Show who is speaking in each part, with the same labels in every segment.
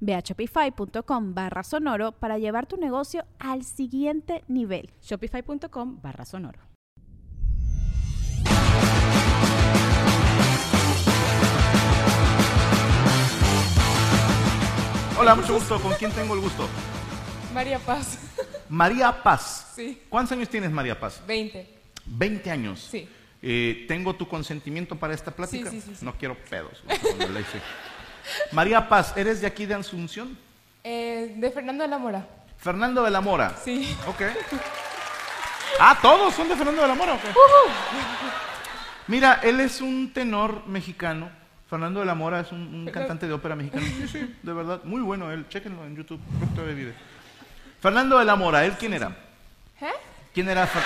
Speaker 1: Ve a shopify.com barra sonoro para llevar tu negocio al siguiente nivel.
Speaker 2: Shopify.com barra sonoro.
Speaker 3: Hola, mucho gusto. ¿Con quién tengo el gusto?
Speaker 4: María Paz,
Speaker 3: María Paz.
Speaker 4: Sí.
Speaker 3: ¿Cuántos años tienes, María Paz?
Speaker 4: 20.
Speaker 3: 20 años.
Speaker 4: Sí.
Speaker 3: Eh, ¿Tengo tu consentimiento para esta plática?
Speaker 4: Sí, sí, sí, sí.
Speaker 3: No quiero pedos. con la ley, sí. María Paz, ¿eres de aquí de Asunción?
Speaker 4: Eh, de Fernando de la Mora.
Speaker 3: Fernando de la Mora.
Speaker 4: Sí.
Speaker 3: Ok. Ah, ¿todos son de Fernando de la Mora? o qué? Mira, él es un tenor mexicano. Fernando de la Mora es un, un cantante de ópera mexicano. Sí, sí, de verdad. Muy bueno él. Chéquenlo en YouTube. Todavía vive. Fernando de la Mora, ¿él quién era?
Speaker 4: ¿Eh?
Speaker 3: ¿Quién era Fer-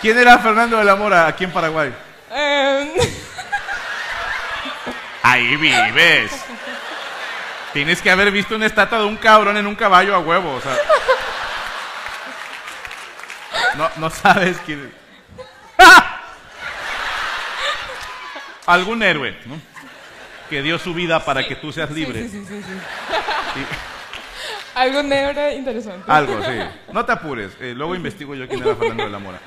Speaker 3: ¿Quién era Fernando de la Mora aquí en Paraguay?
Speaker 4: Em,
Speaker 3: Ahí vives. Tienes que haber visto una estatua de un cabrón en un caballo a huevo, o sea. No, no sabes quién es. ¡Ah! Algún héroe, ¿no? Que dio su vida para que tú seas libre.
Speaker 4: Sí, sí, sí, sí. Ah. Algo negro e interesante.
Speaker 3: Algo, sí. No te apures. eh, luego investigo yo quién era Fernando de la Mora.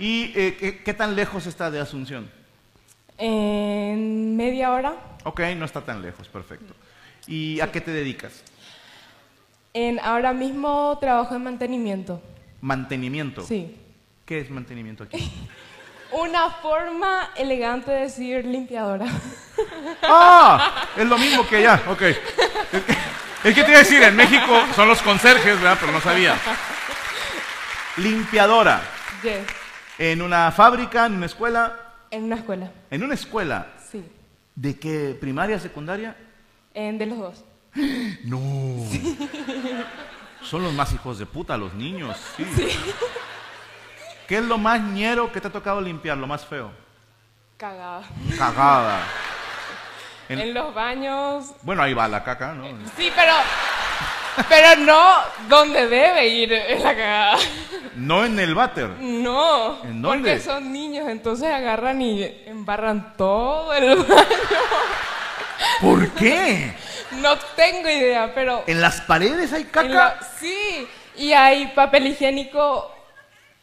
Speaker 3: ¿Y eh, ¿qué, qué tan lejos está de Asunción?
Speaker 4: En media hora,
Speaker 3: Ok, no está tan lejos, perfecto. ¿Y a qué te dedicas?
Speaker 4: en ahora mismo trabajo en mantenimiento.
Speaker 3: Mantenimiento.
Speaker 4: Sí.
Speaker 3: ¿Qué es mantenimiento aquí?
Speaker 4: Una forma elegante de decir limpiadora.
Speaker 3: ¡Ah! Es lo mismo que allá, ok. Es que, es que te iba a decir, en México son los conserjes, ¿verdad? Pero no sabía. Limpiadora.
Speaker 4: Yes.
Speaker 3: En una fábrica, en una escuela.
Speaker 4: En una escuela.
Speaker 3: En una escuela.
Speaker 4: Sí.
Speaker 3: ¿De qué? ¿Primaria, secundaria?
Speaker 4: En de los dos.
Speaker 3: No. Son los más hijos de puta, los niños. Sí. ¿Qué es lo más ñero que te ha tocado limpiar? Lo más feo.
Speaker 4: Cagada.
Speaker 3: Cagada. En-
Speaker 4: En, los baños.
Speaker 3: Bueno, ahí va la caca, ¿no?
Speaker 4: Sí, pero. Pero no donde debe ir la cagada.
Speaker 3: No en el váter.
Speaker 4: No,
Speaker 3: ¿En dónde?
Speaker 4: porque son niños, entonces agarran y embarran todo el baño.
Speaker 3: ¿Por qué?
Speaker 4: No tengo idea, pero
Speaker 3: ¿En las paredes hay caca?
Speaker 4: en la- sí, y hay papel higiénico,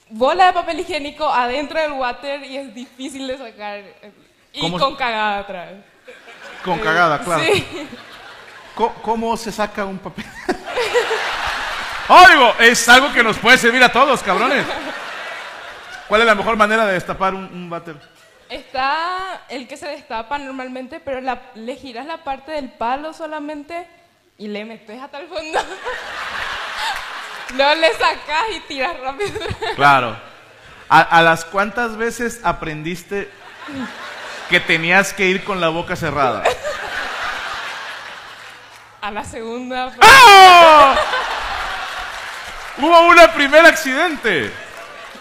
Speaker 4: bola de papel higiénico adentro del water y es difícil de sacar eh, y
Speaker 3: ¿Cómo se-
Speaker 4: con cagada atrás.
Speaker 3: Con cagada, claro.
Speaker 4: eh, Sí,
Speaker 3: Co- ¿Cómo se saca un papel? oh, digo, es algo que nos puede servir a todos, cabrones. ¿Cuál es la mejor manera de destapar un, un váter?
Speaker 4: está el que se destapa normalmente, pero la- le giras la parte del palo solamente y le metes hasta el fondo. No le sacas y tiras rápido.
Speaker 3: Claro. ¿A, a las cuántas veces aprendiste que tenías que ir con la boca cerrada?
Speaker 4: A la segunda. pues, fue-
Speaker 3: ¡Ah! Hubo una primer accidente.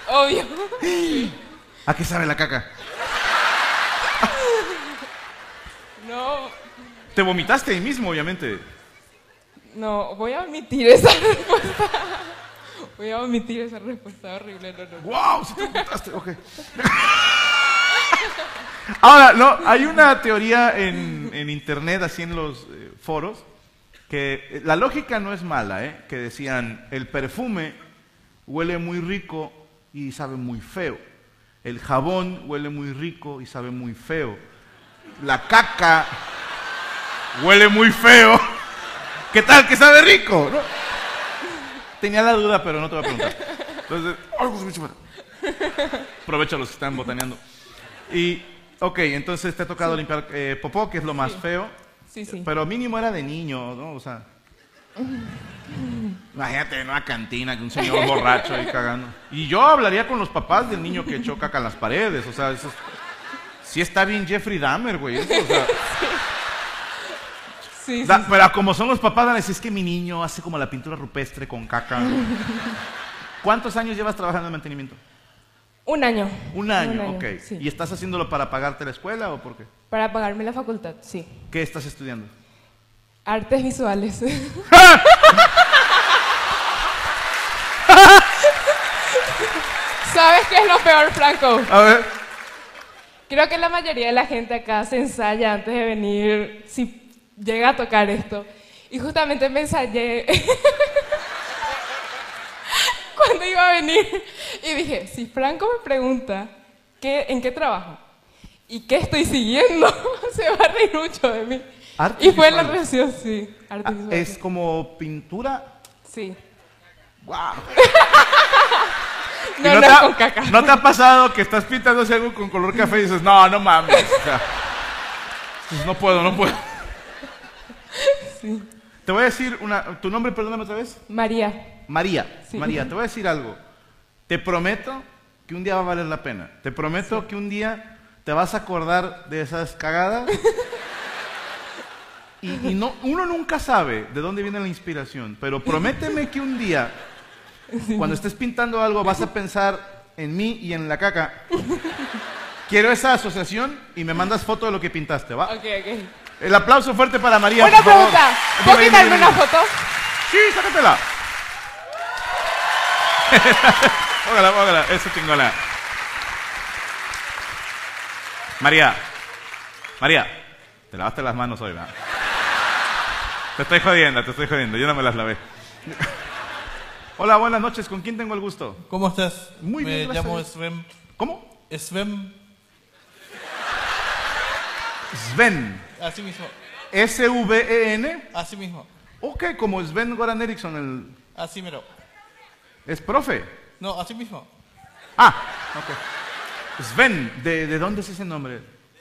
Speaker 4: Obvio.
Speaker 3: ¿A qué sabe la caca?
Speaker 4: No,
Speaker 3: Te vomitaste ahí mismo, obviamente.
Speaker 4: no, voy a omitir esa respuesta. Voy a omitir esa respuesta horrible. No, no.
Speaker 3: ¡Wow! Sí te ocultaste, ok. Ahora, no, hay una teoría en, en internet, así en los eh, foros, que eh, la lógica no es mala, ¿eh? Que decían, el perfume huele muy rico y sabe muy feo. El jabón huele muy rico y sabe muy feo. La caca huele muy feo. ¿Qué tal que sabe rico? no? Tenía la duda, pero no te voy a preguntar. Entonces, algo se me hizo mal. aprovecha los que están botaneando. Y, ok, entonces te ha tocado limpiar eh, popó, que es lo más feo.
Speaker 4: Sí, sí.
Speaker 3: Pero mínimo era de niño, ¿no? O sea. Imagínate en una cantina que un señor borracho ahí cagando. Y yo hablaría con los papás del niño que choca con las paredes. O sea, eso es- sí está bien Jeffrey Dahmer, güey. eso, o sea.
Speaker 4: Sí, sí,
Speaker 3: Da- pero como son los papás, van a decir, es que mi niño hace como la pintura rupestre con caca. ¿Cuántos años llevas trabajando en mantenimiento?
Speaker 4: Un año.
Speaker 3: Un año, ok.
Speaker 4: sí.
Speaker 3: ¿Y estás haciéndolo para pagarte la escuela o por qué?
Speaker 4: Para pagarme la facultad, sí.
Speaker 3: ¿Qué estás estudiando?
Speaker 4: Artes visuales. ¿Sabes qué es lo peor, Franco?
Speaker 3: A ver.
Speaker 4: Creo que la mayoría de la gente acá se ensaya antes de venir, si llega a tocar esto. Y justamente me ensayé cuando iba a venir y dije, si Franco me pregunta ¿qué, en qué trabajo y qué estoy siguiendo, se va a reír mucho de mí.
Speaker 3: Artes
Speaker 4: y fue la
Speaker 3: visuales.
Speaker 4: reacción, sí. Artes visuales.
Speaker 3: Ah, Es como pintura.
Speaker 4: Sí.
Speaker 3: ¡Guau!
Speaker 4: No, no,
Speaker 3: te ha,
Speaker 4: con caca.
Speaker 3: ¿no te ha pasado que estás pintando algo con color café y dices, no, no mames? o sea, pues, no puedo, no puedo.
Speaker 4: Sí.
Speaker 3: Te voy a decir una. ¿Tu nombre, perdóname otra vez?
Speaker 4: María,
Speaker 3: María,
Speaker 4: Sí.
Speaker 3: María, te voy a decir algo. Te prometo que un día va a valer la pena. Te prometo que un día te vas a acordar de esas cagadas. y y no, uno nunca sabe de dónde viene la inspiración, pero prométeme que un día, cuando estés pintando algo, vas a pensar en mí y en la caca. Quiero esa asociación y me mandas foto de lo que pintaste, ¿va?
Speaker 4: ok, ok.
Speaker 3: El aplauso fuerte para María.
Speaker 4: Una
Speaker 3: por favor.
Speaker 4: pregunta,
Speaker 3: Dime,
Speaker 4: ¿puedo
Speaker 3: dime,
Speaker 4: quitarme
Speaker 3: dime.
Speaker 4: una foto?
Speaker 3: Sí, sácatela. póngala, póngala, eso chingona. María, María, te lavaste las manos hoy, ¿verdad? Te estoy jodiendo, te estoy jodiendo, yo no me las lavé. Hola, buenas noches, ¿con quién tengo el gusto?
Speaker 5: ¿Cómo estás?
Speaker 3: Muy bien,
Speaker 5: Me
Speaker 3: gracias a
Speaker 5: llamo
Speaker 3: Dios.
Speaker 5: Sven.
Speaker 3: ¿Cómo?
Speaker 5: Sven,
Speaker 3: Sven,
Speaker 5: así mismo.
Speaker 3: S-V-E-N.
Speaker 5: Así mismo.
Speaker 3: Ok, como Sven Goran Eriksson, el...
Speaker 5: Así mero.
Speaker 3: es profe.
Speaker 5: No, así mismo.
Speaker 3: Ah, ok. Sven, ¿de, de dónde es ese nombre?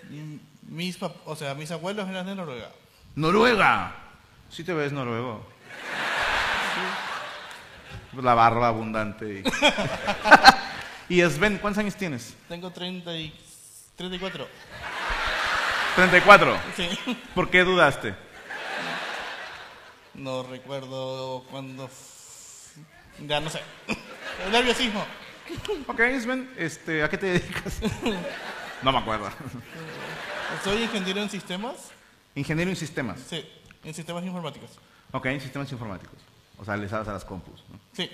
Speaker 5: Mm, Mis, pap- o sea, mis abuelos eran de Noruega.
Speaker 3: Noruega. Sí te ves noruego. La barba abundante. Y... y Sven, ¿cuántos años tienes?
Speaker 5: Tengo 30 y 34.
Speaker 3: 34.
Speaker 5: Sí.
Speaker 3: ¿Por qué dudaste?
Speaker 5: No recuerdo cuándo. f- Ya no sé. El nerviosismo.
Speaker 3: Ok, Sven, este, ¿a qué te dedicas? No me acuerdo.
Speaker 5: Soy ingeniero en sistemas.
Speaker 3: Ingeniero en sistemas.
Speaker 5: Sí, en sistemas informáticos.
Speaker 3: Ok, en sistemas informáticos. O sea, le sabes a las compus. ¿no?
Speaker 5: Sí.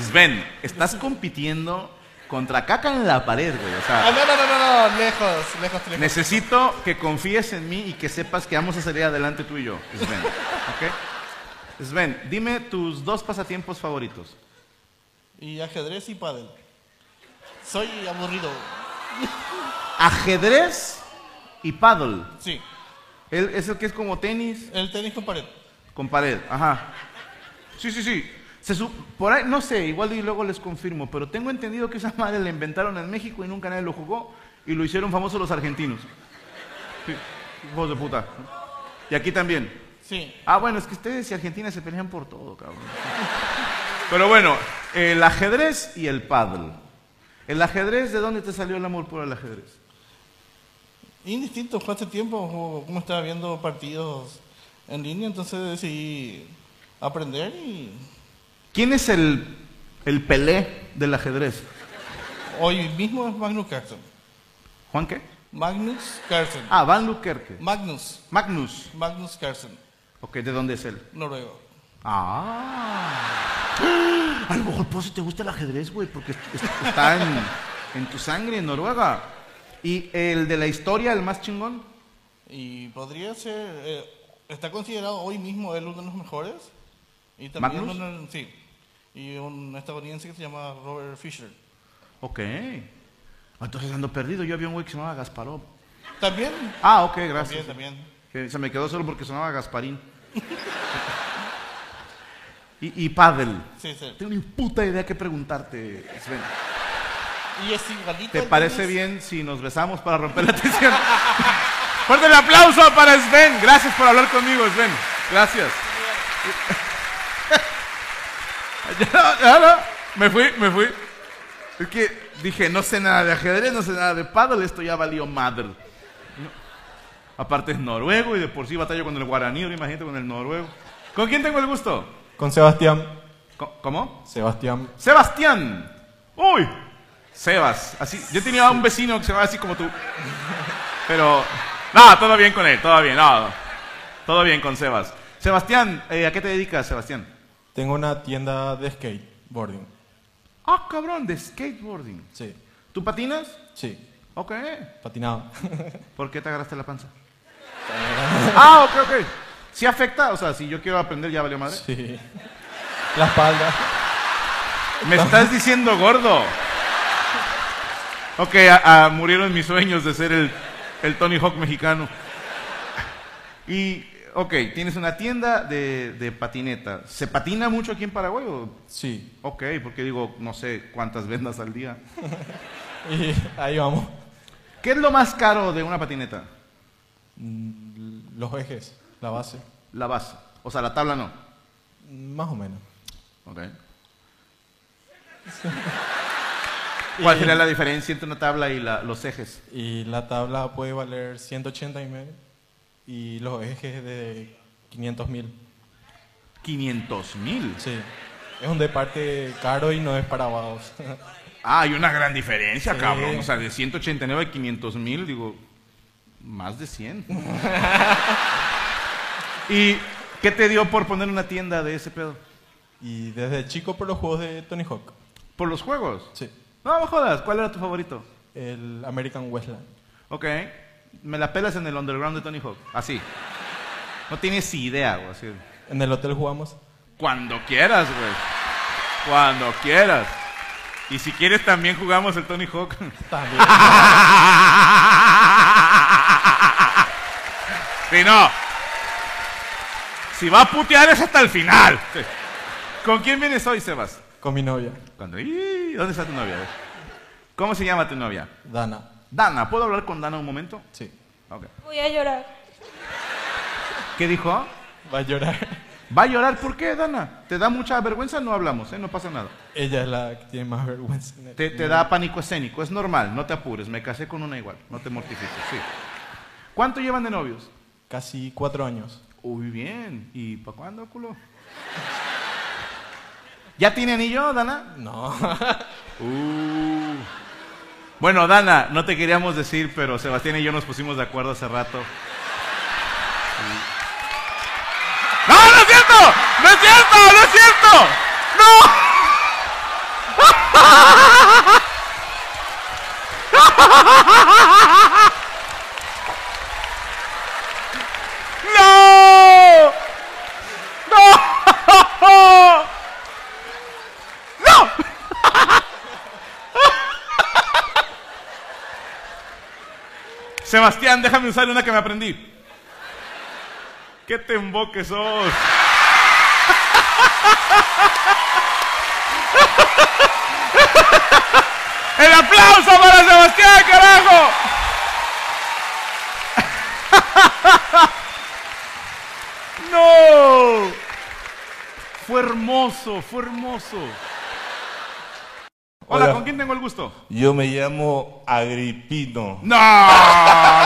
Speaker 3: Sven, estás compitiendo contra caca en la pared, güey. O sea,
Speaker 5: Ah, no, no, no, no, no, lejos, lejos, lejos.
Speaker 3: necesito que confíes en mí y que sepas que vamos a salir adelante tú y yo, Sven. ¿Ok? Sven, dime tus dos pasatiempos favoritos.
Speaker 5: Y ajedrez y pádel. Soy aburrido.
Speaker 3: Ajedrez y paddle.
Speaker 5: Sí.
Speaker 3: El- es el que es como tenis
Speaker 5: El tenis con pared.
Speaker 3: con pared. Ajá. Sí, sí, sí. Se su- por ahí, no sé, igual y luego les confirmo, pero tengo entendido que esa madre la inventaron en México y nunca nadie lo jugó y lo hicieron famoso los argentinos. Sí, hijos de puta. Y aquí también.
Speaker 5: Sí.
Speaker 3: Ah, bueno, es que ustedes y Argentina se pelean por todo, cabrón. Pero bueno, el ajedrez y el paddle. ¿El ajedrez de dónde te salió el amor por el ajedrez?
Speaker 5: Indistinto, fue hace tiempo o como estaba viendo partidos en línea, entonces decidí aprender y
Speaker 3: ¿Quién es el, el Pelé del ajedrez?
Speaker 5: hoy mismo es Magnus Carlsen.
Speaker 3: ¿Juan qué?
Speaker 5: Magnus Carlsen.
Speaker 3: Ah, Van Lukerke.
Speaker 5: Magnus.
Speaker 3: Magnus.
Speaker 5: Magnus Carlsen,
Speaker 3: Ok, ¿de dónde es él?
Speaker 5: noruego.
Speaker 3: Ah. A lo mejor por eso te gusta el ajedrez, güey, porque es- es- está en, en tu sangre, en Noruega. ¿Y el de la historia, el más chingón?
Speaker 5: Y podría ser, eh, está considerado hoy mismo él uno de los mejores. Y también
Speaker 3: ¿Magnus?
Speaker 5: uno- sí. Y un estadounidense que se llama Robert Fisher.
Speaker 3: Ok. Entonces ando perdido. Yo había un güey que se llamaba Gasparov.
Speaker 5: También,
Speaker 3: Ah, ok, gracias.
Speaker 5: también, también.
Speaker 3: Que se me quedó solo porque sonaba Gasparín. Y, y pádel.
Speaker 6: Sí, sí.
Speaker 3: Tengo ni puta idea que preguntarte, Sven.
Speaker 6: Y es igualito.
Speaker 3: ¿Te
Speaker 6: al
Speaker 3: parece
Speaker 6: tenis.
Speaker 3: bien si nos besamos para romper la tensión? Fuerte el aplauso para Sven. Gracias por hablar conmigo, Sven. Gracias. ya, no, ya no. Me fui, me fui. Es que dije, no sé nada de ajedrez, no sé nada de paddle, esto ya valió madre. No. Aparte es noruego y de por sí batallo con el guaraní, ahora imagínate con el noruego. ¿Con quién tengo el gusto?
Speaker 7: Con Sebastián.
Speaker 3: Co- ¿Cómo?
Speaker 7: Sebastián.
Speaker 3: Sebastián. Uy. Sebas. Así, yo tenía un vecino que se llamaba así como tú. Pero... No, todo bien con él, todo bien, no. Todo bien con Sebas. Sebastián, eh, ¿a qué te dedicas, Sebastián?
Speaker 7: Tengo una tienda de skateboarding.
Speaker 3: Ah, cabrón, de skateboarding.
Speaker 7: Sí,
Speaker 3: ¿Tú patinas?
Speaker 7: sí.
Speaker 3: Ok.
Speaker 7: Patinado.
Speaker 3: ¿Por qué te agarraste la panza? ah, ok, ok. ¿Sí afecta? O sea, si yo quiero aprender, ya valió madre.
Speaker 7: sí. La espalda.
Speaker 3: Me estás diciendo gordo. Ok, a- a- murieron mis sueños de ser el, el Tony Hawk mexicano. Y, ok, tienes una tienda de, de patineta. ¿Se patina mucho aquí en Paraguay? O?
Speaker 7: Sí.
Speaker 3: Ok, porque digo, no sé cuántas vendas al día.
Speaker 7: Y ahí vamos.
Speaker 3: ¿Qué es lo más caro de una patineta?
Speaker 7: Mm, Los ejes, la base.
Speaker 3: La base. O sea, la tabla no.
Speaker 7: Más o menos.
Speaker 3: Ok. ¿Cuál sería la diferencia entre una tabla y la- los ejes?
Speaker 7: Y la tabla puede valer 180 y medio. Y los ejes de 500 mil.
Speaker 3: 500 mil.
Speaker 7: Sí. Es un deporte caro y no es para vagos.
Speaker 3: Ah, hay una gran diferencia,
Speaker 7: Sí.
Speaker 3: cabrón. O sea, de 189 a 500 mil, digo, más de 100. ¿Y qué te dio por poner una tienda de ese pedo?
Speaker 7: y desde chico por los juegos de Tony Hawk.
Speaker 3: ¿Por los juegos?
Speaker 7: Sí.
Speaker 3: No, no jodas. ¿Cuál era tu favorito?
Speaker 7: El American Westland.
Speaker 3: Ok. Me la pelas en el underground de Tony Hawk. Así. No tienes idea, güey. así.
Speaker 7: En el hotel jugamos.
Speaker 3: Cuando quieras, güey. Cuando quieras. Y si quieres también jugamos el Tony Hawk.
Speaker 7: También.
Speaker 3: Si no. Si va a putear es hasta el final. ¿Con quién vienes hoy, Sebas?
Speaker 7: Con mi novia,
Speaker 3: Cuando- ¡Ih! ¿Dónde está tu novia? ¿Cómo se llama tu novia?
Speaker 7: Dana.
Speaker 3: Dana, ¿puedo hablar con Dana un momento?
Speaker 7: Sí.
Speaker 3: Ok.
Speaker 4: Voy a llorar.
Speaker 3: ¿Qué dijo?
Speaker 7: Va a llorar.
Speaker 3: ¿Va a llorar? ¿Por qué, Dana? ¿Te da mucha vergüenza? No hablamos, ¿eh? No pasa nada.
Speaker 7: Ella es la que tiene más vergüenza. en el
Speaker 3: Te, te
Speaker 7: mundo.
Speaker 3: da pánico escénico, es normal, no te apures, me casé con una igual, no te mortifiques, sí. ¿Cuánto llevan de novios?
Speaker 7: Casi cuatro años.
Speaker 3: Uy, bien. ¿Y para cuándo, culo? ¿Ya tiene anillo, Dana?
Speaker 7: No.
Speaker 3: Uh. Bueno, Dana, no te queríamos decir, pero Sebastián y yo nos pusimos de acuerdo hace rato. Y- ¡No, no es cierto! ¡No es cierto! ¡No es cierto! ¡No! ¡No! ¡No! ¡No! Sebastián, déjame usar una que me aprendí. ¡Qué te emboques sos! ¡El aplauso para Sebastián, carajo! ¡No! Fue hermoso, fue hermoso. Hola,
Speaker 5: Hola.
Speaker 3: ¿con quién tengo el gusto?
Speaker 5: Yo me llamo Agripino.
Speaker 3: No,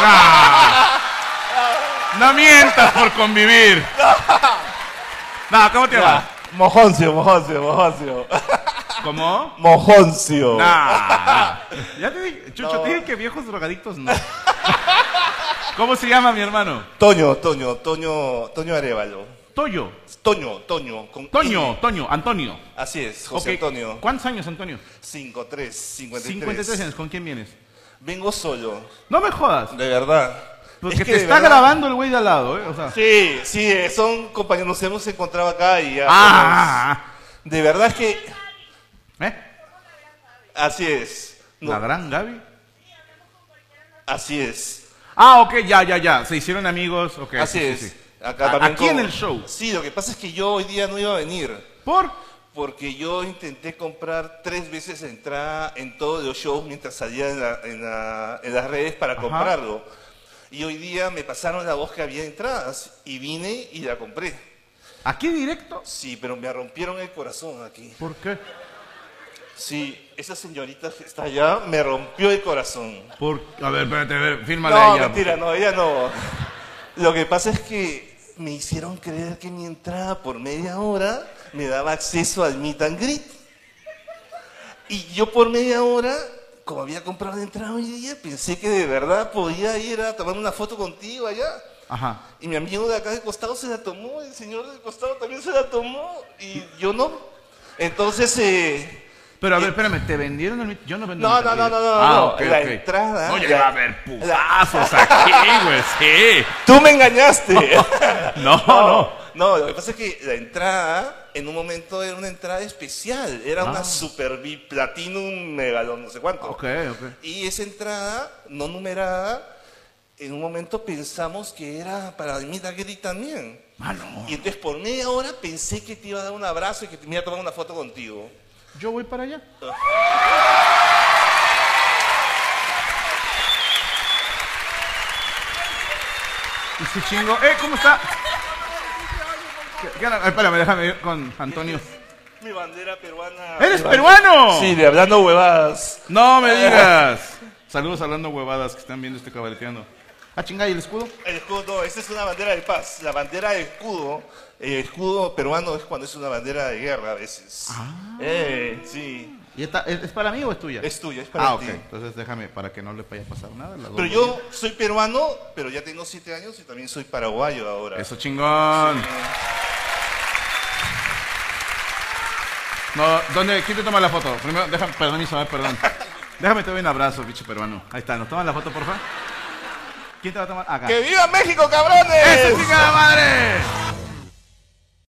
Speaker 3: no. No mientas por convivir. No, ¿cómo te llamas?
Speaker 5: Mojoncio, mojoncio, mojoncio.
Speaker 3: ¿Cómo?
Speaker 5: Mojoncio.
Speaker 3: No, no. Ya te dije, Chucho,
Speaker 5: Oh. No.
Speaker 3: te dije que viejos drogadictos no. ¿Cómo se llama mi hermano?
Speaker 5: Toño, Toño, Toño, Toño Arevalo.
Speaker 3: Toyo.
Speaker 5: Toño, Toño. Con
Speaker 3: Toño,
Speaker 5: I.
Speaker 3: Toño, Antonio.
Speaker 5: Así es, José
Speaker 3: Ok,
Speaker 5: Antonio.
Speaker 3: ¿Cuántos años, Antonio?
Speaker 5: 53, 53.
Speaker 3: 53 años. ¿Con quién vienes?
Speaker 5: Vengo solo,
Speaker 3: No me jodas.
Speaker 5: de verdad.
Speaker 3: Porque
Speaker 5: Es
Speaker 3: Pues
Speaker 5: que
Speaker 3: te
Speaker 5: de
Speaker 3: está
Speaker 5: verdad-
Speaker 3: grabando el güey de al lado, ¿eh? O sea.
Speaker 5: Sí, sí, eh, son compañeros, nos hemos encontrado acá y ya.
Speaker 3: Ah,
Speaker 5: pues, De verdad es que,
Speaker 3: ¿eh?
Speaker 5: así es. pues. No,
Speaker 3: La gran Gaby.
Speaker 5: así es.
Speaker 3: Ah, ok, ya, ya, ya. Se hicieron amigos. ok,
Speaker 5: Así
Speaker 3: sí, sí,
Speaker 5: es.
Speaker 3: sí.
Speaker 5: Acá
Speaker 3: A-
Speaker 5: también
Speaker 3: aquí en
Speaker 5: con-
Speaker 3: el show.
Speaker 5: Sí, lo que pasa es que yo hoy día no iba a venir.
Speaker 3: Por
Speaker 5: Porque yo intenté comprar tres veces entrada en todos los shows mientras salía en, la- en la- en las redes para
Speaker 3: Ajá.
Speaker 5: comprarlo. Y hoy día me pasaron la voz que había entradas y vine y la compré.
Speaker 3: aquí directo.
Speaker 5: Sí, pero me rompieron el corazón aquí.
Speaker 3: ¿Por qué?
Speaker 5: Sí, esa señorita que está allá me rompió el corazón.
Speaker 3: Por, a ver, espérate, a ver, fírmale
Speaker 5: No,
Speaker 3: a ella.
Speaker 5: mentira, no, ella no. Lo que pasa es que me hicieron creer que mi entrada por media hora me daba acceso al meet and greet. Y yo por media hora, como había comprado la entrada hoy día, pensé que de verdad podía ir a tomar una foto contigo allá.
Speaker 3: Ajá.
Speaker 5: Y mi amigo de acá de costado se la tomó, el señor del costado también se la tomó, y yo no. Entonces, eh,
Speaker 3: Pero a ver,
Speaker 5: Eh,
Speaker 3: espérame, ¿te vendieron el mit- Yo no vendí
Speaker 5: No,
Speaker 3: el
Speaker 5: no,
Speaker 3: mit-
Speaker 5: no, no, no,
Speaker 3: Ah,
Speaker 5: no,
Speaker 3: ok,
Speaker 5: la
Speaker 3: ok.
Speaker 5: entrada,
Speaker 3: Oye,
Speaker 5: la-
Speaker 3: va a haber putazos aquí, güey, sí.
Speaker 5: tú me engañaste.
Speaker 3: No, no.
Speaker 5: No, lo que pasa es que la entrada, en un momento era una entrada especial, era una super VIP, platinum, megalón, no sé cuánto.
Speaker 3: Ah. Ok, ok.
Speaker 5: Y esa entrada no numerada, en un momento pensamos que era para el meet and greet también.
Speaker 3: Mano,
Speaker 5: Y entonces por media hora pensé que te iba a dar un abrazo y que te me iba a tomar una foto contigo.
Speaker 3: yo voy para allá. Y su chingo. ¡Eh, cómo está! ¿Qué- qué era? Ay, Espérame, déjame ir con Antonio.
Speaker 5: Mi bandera peruana.
Speaker 3: ¡Eres
Speaker 5: Mi ba-
Speaker 3: peruano!
Speaker 5: Sí, de hablando huevadas.
Speaker 3: ¡No me digas! Saludos hablando huevadas que están viendo este cabareteando. Ah, chinga, ¿y el escudo?
Speaker 5: El escudo, no, esa es una bandera de paz. La bandera de escudo, eh, el escudo peruano es cuando es una bandera de guerra a veces. Eh, sí.
Speaker 3: ¿Y esta- es, es para mí o es tuya?
Speaker 5: Es tuya, es para
Speaker 3: ah,
Speaker 5: ti.
Speaker 3: ok. Entonces déjame, para que no le vaya a pasar nada. las
Speaker 5: Pero
Speaker 3: dos
Speaker 5: yo soy peruano, pero ya tengo siete años y también soy paraguayo ahora.
Speaker 3: Eso chingón. No, ¿dónde? ¿Quién te toma la foto? Primero, déjame, perdón, Isabel, perdón. Déjame te doy un abrazo, bicho peruano. Ahí está, ¿nos toman la foto, porfa? ¿Quién te va a tomar? Acá.
Speaker 5: ¡Que viva México, cabrones!
Speaker 3: ¡Eso, chingada madre!